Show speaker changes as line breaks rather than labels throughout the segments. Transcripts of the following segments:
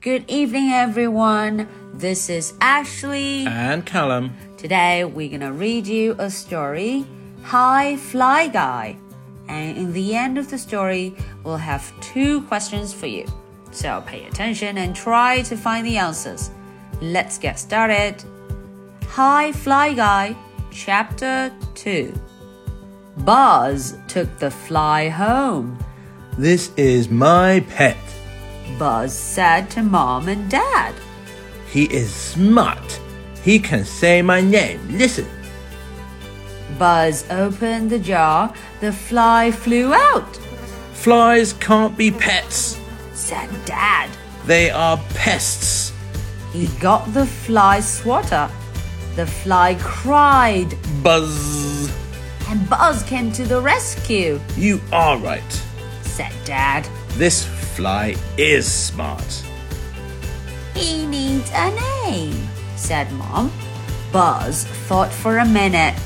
Good evening, everyone. This is Ashley.
And Callum.
Today, we're gonna read you a story, High Fly Guy. And in the end of the story, we'll have two questions for you. So pay attention and try to find the answers. Let's get started. High Fly Guy, Chapter 2. Buzz took the fly home.
This is my pet.
Buzz said to Mom and Dad.
He is smart. He can say my name. Listen.
Buzz opened the jar. The fly flew out,
Flies can't be pets.
said Dad.
They are pests.
He got the fly swatter. The fly cried,
Buzz.
and Buzz came to the rescue,
You are right.
said Dad.
This fly is smart.
He needs a name, said Mom. Buzz thought for a minute,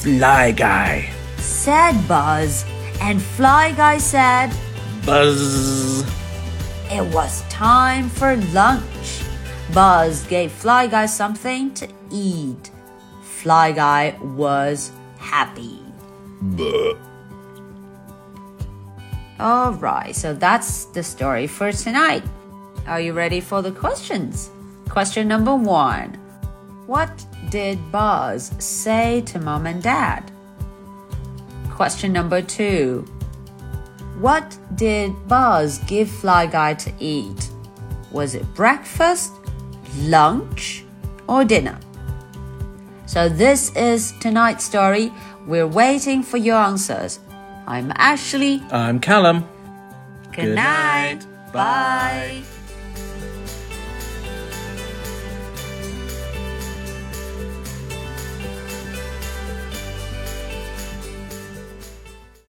Fly guy.
said Buzz, and Fly Guy said,
Buzz.
It was time for lunch. Buzz gave Fly Guy something to eat. Fly Guy was happy. Alright, so that's the story for tonight. Are you ready for the questions? Question number one What did Buzz say to mom and dad? Question number two What did Buzz give Fly Guy to eat? Was it breakfast, lunch, or dinner? So, this is tonight's story. We're waiting for your answers. I'm Ashley.
I'm Callum.
Good, night. Bye.